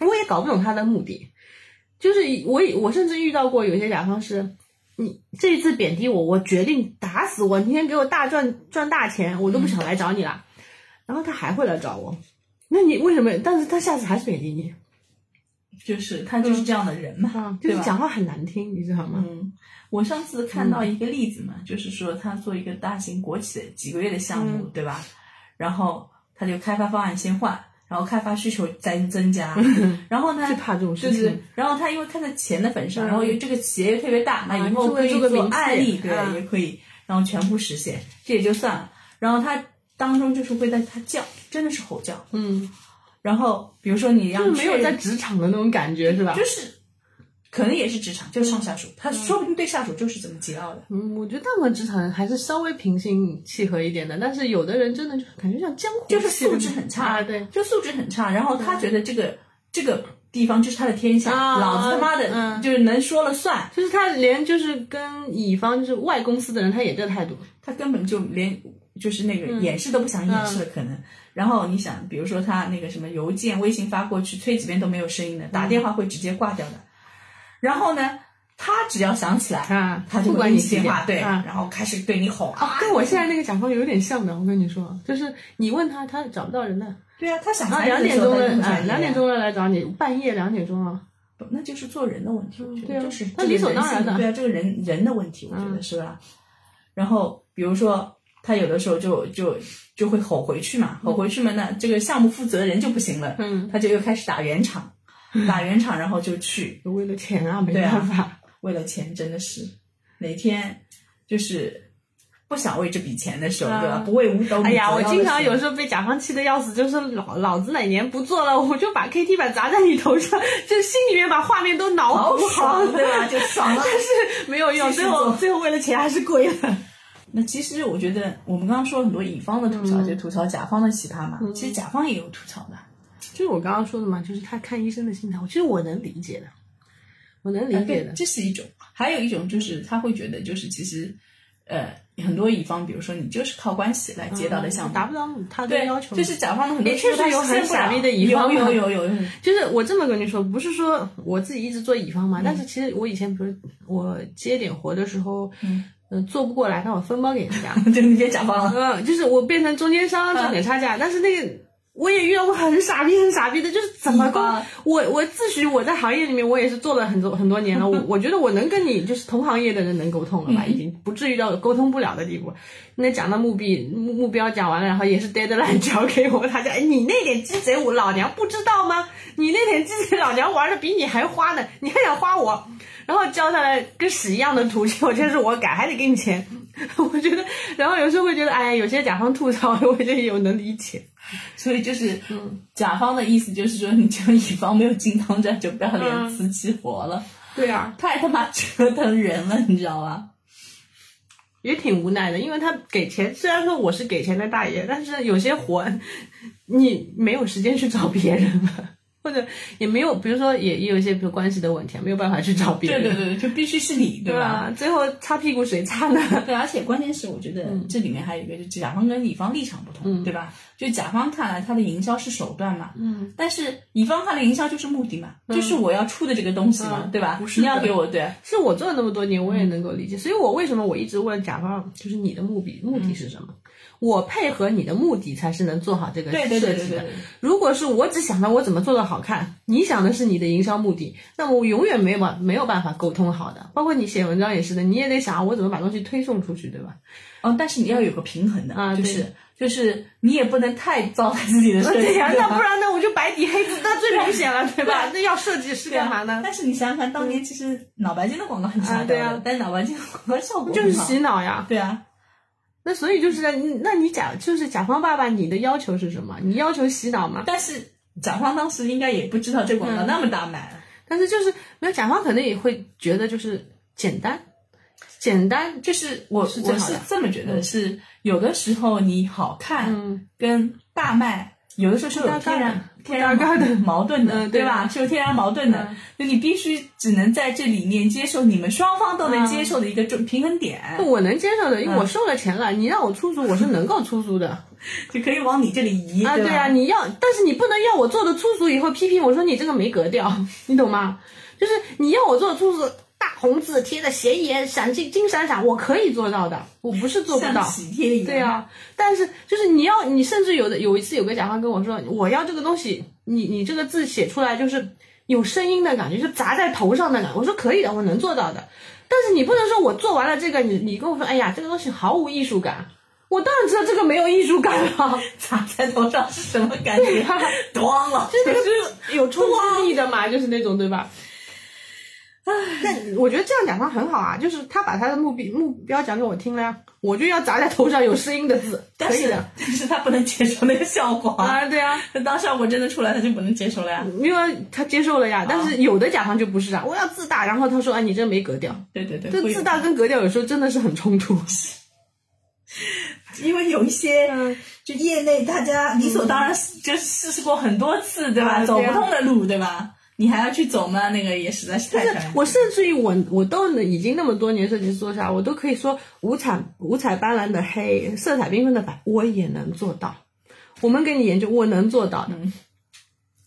我也搞不懂他的目的，就是我也我甚至遇到过有些甲方是，你这一次贬低我，我决定打死我，你先给我大赚赚大钱，我都不想来找你了。然后他还会来找我，那你为什么？但是他下次还是贬低你
就是他
嗯
就是这样的人嘛，
啊， 就
对
是
吧？
讲话很难听，你知道吗？
嗯，我上次看到
嗯
一个例子嘛，就是说他做一个大型国企的几个月的项目，
嗯
对吧？然后他就开发方案先换，然后开发需求再增加，然后呢，
嗯 最怕这种事
就
情
是，然后他因为看在钱的份上，
嗯
然后又这个企业又特别大，那以后
就
可
为
以
这个
做
名气
案例，对，
嗯
也可以，然后全部实现，这也就算了。然后他当中就是会在他叫，真的是吼叫。
嗯，
然后比如说你
就
让
是没有
确
在
认
职场的那种感觉，是吧
就？是可能也是职场，就是上下属，他说不定对下属就是这么桀骜的。
嗯，我觉得大部分职场还是稍微平心气和一点的，但是有的人真的就感觉像江湖气
就
的那种，
是素质很差，
啊，对，
就素质很差。然后他觉得这个这个地方就是他的天下，
啊
老子他妈的、
嗯
就是能说了算，
就是他连就是跟乙方就是外公司的人，他也这态度。
他根本就连就是那
嗯
个掩饰都不想掩饰的可能。然后你想，比如说他那个什么邮件、微信发过去，催几遍都没有声音
嗯
的，打电话会直接挂掉的。然后呢，他只要想起来，
啊
他就
不
会
管你
拎起
几
电
点
话，对，
啊哦
然后开始对你吼啊，
跟我现在那个甲方有点像的，我跟你说，就是你问他，他找不到人的。
对啊，他想
啊，
来
两
的
点
时候
钟了
他就会，想
哎，
起来
两点钟了来找你，半夜两点钟了。
不那就是做人的问题，我觉得
对啊
就是这
那
个
理所
人
当然
性
的
对啊，这个人人的问题，我觉得、
嗯
是吧？然后比如说他有的时候就就就会吼回去嘛，吼回去嘛，那这个项目负责人就不行了，
嗯，
他就又开始打圆场， 打圆场，然后就去
为了钱啊，没
对啊
办法。
为了钱，真的是哪天就是不想为这笔钱的时候，对吧？
啊
不为五斗米
哎呀，
折
我
腰的
经常
时候
有时候被甲方气得要死，就是老老子哪年不做了，我就把 KT 板砸在你头上，就心里面把画面都脑
好
补好，
爽，对 吧？就爽了。
但是没有用，
继续
最后
做
最后为了钱还是跪了。
那其实我觉得，我们刚刚说了很多乙方的吐
嗯
槽，就吐槽甲方的奇葩嘛。其实甲方也有吐槽的，
就是我刚刚说的嘛，就是他看医生的心态，我其实我能理解的，我能理
哎
解
对
的，。
这是一种。还有一种就是他会觉得，就是其实，呃，很多乙方，比如说你就是靠关系来接到的项目，
嗯达不到他的
对
要求，
就是甲方的很多
也确实
时候
有
他实现
很
不了
傻逼的乙方啊
有有有 有有，
就是我这么跟你说，不是说我自己一直做乙方
嗯
嘛，但是其实我以前不是我接点活的时候，嗯、做不过来，那我分包给人家，
对，你别甲方了。
嗯，就是我变成中间商赚点差价，但是那个我也遇到过很傻逼、很傻逼的，就是怎么跟
乙方
我我自诩我在行业里面我也是做了很多很多年了，我 我觉得我能跟你就是同行业的人能沟通了吧，已经不至于到沟通不了的地步。那讲到目标目目标讲完了，然后也是 deadline 交给我，他讲哎你那点鸡贼我老娘不知道吗？你那点鸡贼老娘玩的比你还花呢，你还想花我？然后交下来跟屎一样的图形，我就是我改，还得给你钱。 我觉得，然后有时候会觉得，哎，有些甲方吐槽， 我觉得有能理解。
所以就是，
嗯
甲方的意思就是说，你这个乙方没有金汤站，就不要
嗯
脸辞其活了，
对啊，
太他妈折腾人了，你知道吧？
也挺无奈的，因为他给钱，虽然说我是给钱的大爷，但是有些活你没有时间去找别人了，或者也没有，比如说也也有一些比如关系的问题，没有办法去找别
对
人。
对对，就必须是你，对啊
对啊
吧？
吧？最后擦屁股谁擦呢？
对，而且关键是，我觉得
嗯
这里面还有一个，就甲方跟乙方立场不同，对吧？就甲方看来他的营销是手段嘛，嗯，但是乙方看来营销就是目的嘛，就是我要出的这个东西嘛，
嗯
对吧？
不是
你
的
要给我对，
是我做了那么多年，我也能够理解，所以我为什么我一直问甲方，就是你的目的目的是什么？我配合你的目的才是能做好这个
嗯对对对
设
对
计
对
的
对。
如果是我只想到我怎么做的好看，你想的是你的营销目的，那么我永远没办没有办法沟通好的。包括你写文章也是的，你也得想我怎么把东西推送出去，对吧？
哦，但是你要有个平衡的，
啊
就
对
是就是你也不能太糟蹋自己的设计，
对呀、
吧
那不然呢？我就白底黑字，那最明显了，对 吧？那要设计师
对啊
干嘛呢？嗯
但是你想想看，当年其实脑白金的广告很
啊
强，
对啊
呀，但是脑白金的广告效果
就是
很好
洗脑呀。
对啊，
那所以就是在你，那你甲就是甲方爸爸，你的要求是什么？你要求洗脑吗？
但是甲方当时应该也不知道这广告
嗯
那么大卖，
但是就是没有甲方可能也会觉得就是简单，简单就
就是我
是最
我
好
是
的
这么觉得，是有的时候你好看
嗯
跟大卖，有的时候是有天然天然
搭嘎的
矛盾的，
嗯
对
对
吧？是有天然矛盾的
嗯，
就你必须只能在这里面接受你们双方都能
嗯
接受的一个中平衡点，
我能接受的，因为
嗯
我收了钱了，你让我出租，我是能够出租的
就可以往你这里移，
啊。对
吧
啊，？你要，但是你不能要我做的出租以后批评我说你这个没格调， 你懂吗？就是你要我做的出租，大红字贴的显眼闪金金闪闪，我可以做到的，我不是做不
像
到。
喜帖一样，
对啊，但是就是你要，你甚至有的有一次有个甲方跟我说，我要这个东西，你你这个字写出来就是有声音的感觉，就砸在头上的感觉。我说可以的，我能做到的。但是你不能说我做完了这个，你你跟我说，哎呀，这个东西毫无艺术感。我当然知道这个没有艺术感了，
砸在头上是什么感觉？ 咣了，
啊就是那个有冲击力的嘛，就是那种对吧？但我觉得这样甲方很好啊，就是他把他的目标目标讲给我听了呀，我就要砸在头上有声音的字，
但
可以
是
的
但是他不能接受那个效果
啊，对啊，
那当效果真的出来，他就不能接受了呀。
因为他接受了呀，但是有的甲方就不是啊，我要自大，然后他说啊，你这没格调，
对对对，
这
会有
自大跟格调有时候真的是很冲突。
因为有一些
嗯
就业内大家理所当然就试试过很多次，对吧？
啊
走
对
不
啊
通的路，对吧？你还要去走吗？那个也实在是
但
太
是
难。
我甚至于我我都能已经那么多年设计师做下，我都可以说五彩五彩斑斓的黑，色彩缤纷的白，我也能做到。我们给你研究，我能做到的。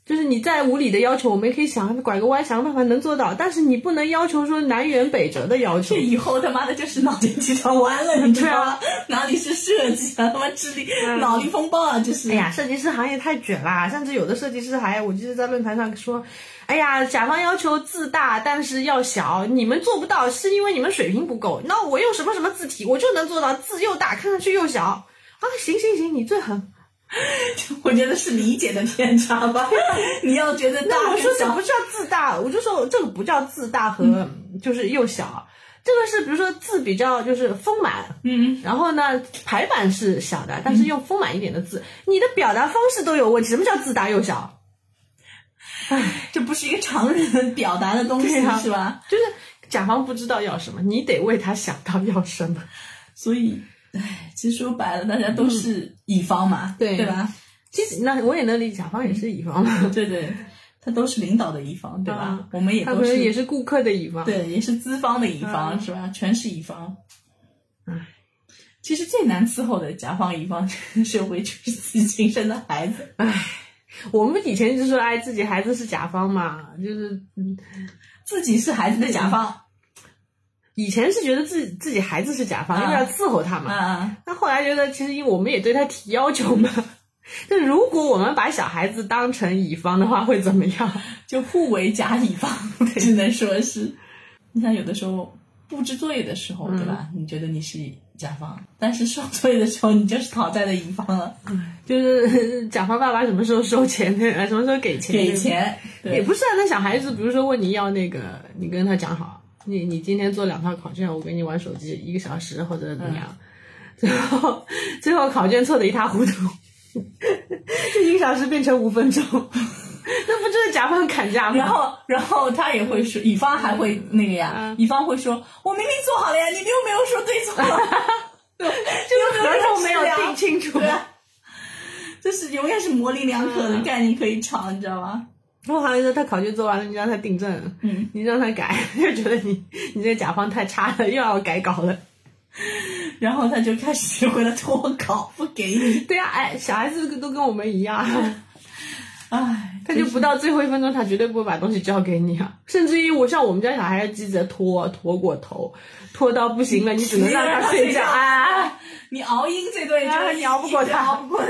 就是你再无理的要求，我们也可以想拐个弯，想个办法能做到。但是你不能要求说南辕北辙的要求
这。以后他妈的就是脑筋急转弯了，你知道吗
对啊？嗯
哪里是设计啊？他妈智力、脑力风暴啊！这是。
哎呀，设计师行业太卷啦，甚至有的设计师还，我记得在论坛上说，哎呀，甲方要求字大，但是要小，你们做不到，是因为你们水平不够。那我用什么什么字体，我就能做到字又大，看上去又小啊！行行行，你最狠。
我觉得是理解的偏差 吧。你要觉得大
那我说
跟
什
小
么叫字大？我就说这个不叫字大和、就是又小，这个是比如说字比较就是丰满，
嗯，
然后呢排版是小的，但是用丰满一点的字，你的表达方式都有问题。什么叫字大又小？
这不是一个常人能表达的东西，
对啊
是吧？
就是甲方不知道要什么，你得为他想到要什么。
所以，唉，其实说白了，大家都是乙方嘛，
嗯对
对吧？
其实那我也能理解，甲方也是乙方嘛，
对对，他都是领导的乙方，对吧？
啊
我们也
他
都
可能
是
也是顾客的乙方。，嗯
对，也是资方的乙方、是吧？全是乙方。
唉，
其实最难伺候的甲方乙方 社会就是自己亲生的孩子，
我们以前就说哎，自己孩子是甲方嘛，就是嗯
自己是孩子的甲方
以前是觉得自己自己孩子是甲方，
啊
因为要伺候他嘛。
啊，
那后来觉得其实因为我们也对他提要求嘛。 就如果我们把小孩子当成乙方的话，会怎么样？
就互为甲乙方， 只能说是。你像有的时候布置作业的时候，对
嗯
吧？你觉得你是甲方，但是收作业的时候，你就是讨债的乙方了，
就是甲方爸爸什么时候收钱呢？呃什么时候给钱？
给。钱对
也不是啊，那小孩子，比如说问你要那个，你跟他讲好，你你今天做两套考卷，我给你玩手机一个小时或者怎么样，最后最后考卷错的一塌糊涂，这一个小时变成五分钟，那不就是甲方砍价吗？
然后，然后他也会说，乙方还会那个呀，
嗯
乙方会说，我明明做好了呀，你们又没有说对错，
这个合同没有定清楚
对。啊，就是永远是模棱两可
嗯
的概念可以吵，你知道吗？
然后好像说他考卷做完了，你让他订正，
嗯，
你让他改，又觉得你你这甲方太差了，又要改稿了。
然后他就开始学会了脱稿，不给你，
对呀、哎，小孩子都跟我们一样。
唉，
他就不到最后一分钟，他绝对不会把东西交给你啊！甚至于我像我们家小孩要急着拖拖过头，拖到不行了，你只能让他睡觉。啊！
你熬鹰这对
啊
就是
你熬不过他
熬不过。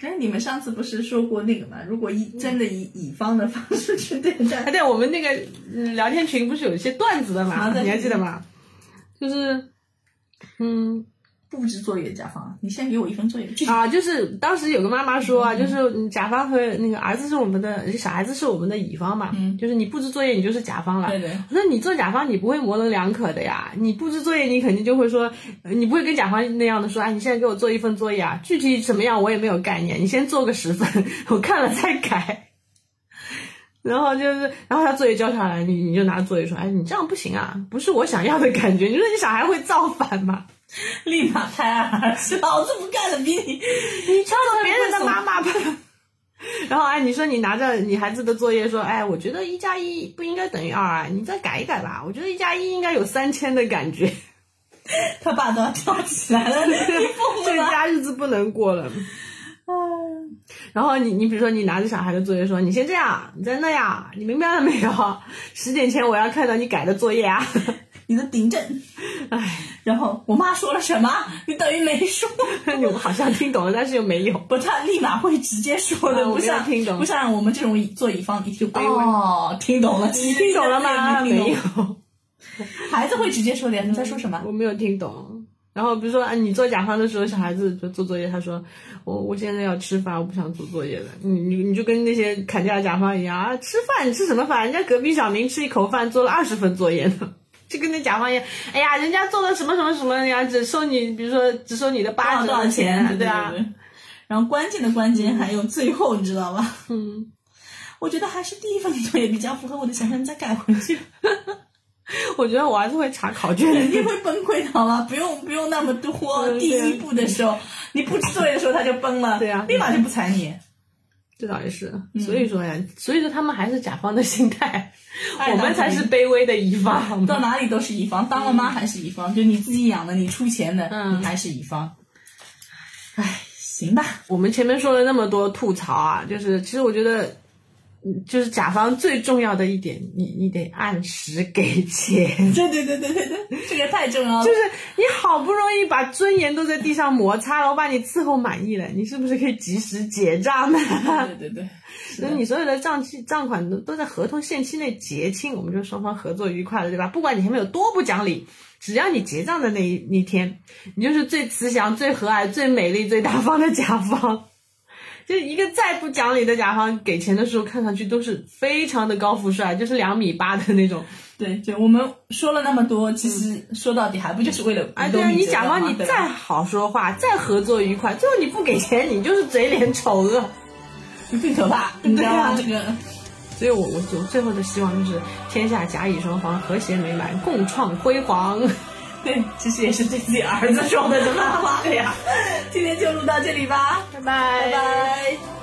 哎，你们上次不是说过那个嘛？如果以
嗯
真的以乙方的方式去对待
哎，，对，我们那个嗯聊天群不是有一些段子的嘛？
啊对
你还记得吗？就是，嗯，
布置作业，甲方，你现在给我一份作业，去
啊，就是当时有个妈妈说啊，就是甲方和那个儿子是我们的小孩子是我们的乙方嘛，就是你布置作业你就是甲方了。
对对
我说你做甲方你不会模棱两可的呀，你布置作业你肯定就会说，呃你不会跟甲方那样的说，哎，你现在给我做一份作业啊，具体什么样我也没有概念，你先做个十份， 我看了再改。 然后就是，然后他作业交上来，你你就拿作业说，哎，你这样不行啊，不是我想要的感觉。你说你小孩会造反吗？
立马拍案而起，老子不干了，比你
你敲着别人的妈妈吧。 然后哎，你说你拿着你孩子的作业说，哎，我觉得一加一不应该等于二啊，你再改一改吧。我觉得一加一应该有三千的感觉，
他爸都要跳起来 了，
这家日子不能过了。哎然后你你比如说你拿着小孩的作业说，你先这样，你再那样，你明白了没有？十点前我要看到你改的作业啊。
你的顶正，哎，然后我妈说了什么，你等于没说，
你我好像听懂了，但是又没有。
不，他立马会直接说的，
啊我
不
没有
像
听懂
不像我们这种做乙方一听
卑微
哦，听懂了，
你听懂 了吗？
没
没有，嗯
孩子会直接说的呀，你在说什么？
我没有听懂。然后比如说啊，你做甲方的时候，小孩子就做作业，他说我我现在要吃饭，我不想做作业了。你你你就跟那些砍价的甲方一样啊，吃饭你吃什么饭？人家隔壁小明吃一口饭做了二十份作业呢。 就跟那甲方一样，哎呀，人家做了什么什么什么呀，只收你，比如说只收你的
多
八
少
折
多少钱？
对啊，
对。然后关键的关键还有最后，你知道吧？
嗯，
我觉得还是第一份作业比较符合我的想象，你再改回去，
我觉得我还是会查考
肯
卷的
定。会崩溃的，好吧？不用不用那么多。
嗯
第
对
一步的时候，你布置作业的时候他就崩了，
对啊
立马就不睬你。
这倒也是，所以说呀，所以说他们还是甲方的心态，
哎
我
当
们
然
才是卑微的乙方。好吗
到哪里都是乙方，当了妈还是乙方，就你自己养的，你出钱的，
嗯
你还是乙方。唉，行吧，
我们前面说了那么多吐槽啊，就是其实我觉得，嗯就是甲方最重要的一点，你你得按时给钱。
对对对对对对，这个太重要了。
就是你好不容易把尊严都在地上摩擦了，我把你伺候满意了，你是不是可以及时结账呢？
对对对，是
那
的
你所有的账期账款都都在合同限期内结清，我们就双方合作愉快了，对吧？不管你前面有多不讲理，只要你结账的那一那一天，你就是最慈祥、最和蔼、最美丽、最大方的甲方。 就一个再不讲理的甲方，给钱的时候看上去都是非常的高富帅，就是两米八的那种。
对对，我们说了那么多，其实说到底还不就是为了
哎，
五
对
斗
啊，你
米折
甲
腰嘛
方你
对吧
再好说话，再合作愉快，最后你不给钱，你就是嘴脸丑恶。
更可怕，你知道吗？这
对
个
所以我我我最后的希望就是天下甲乙双方和谐美满，共创辉 煌。
对，其实也是对自哎己儿子说的这番话呀。今天就录到这里吧，
拜
拜
拜
拜。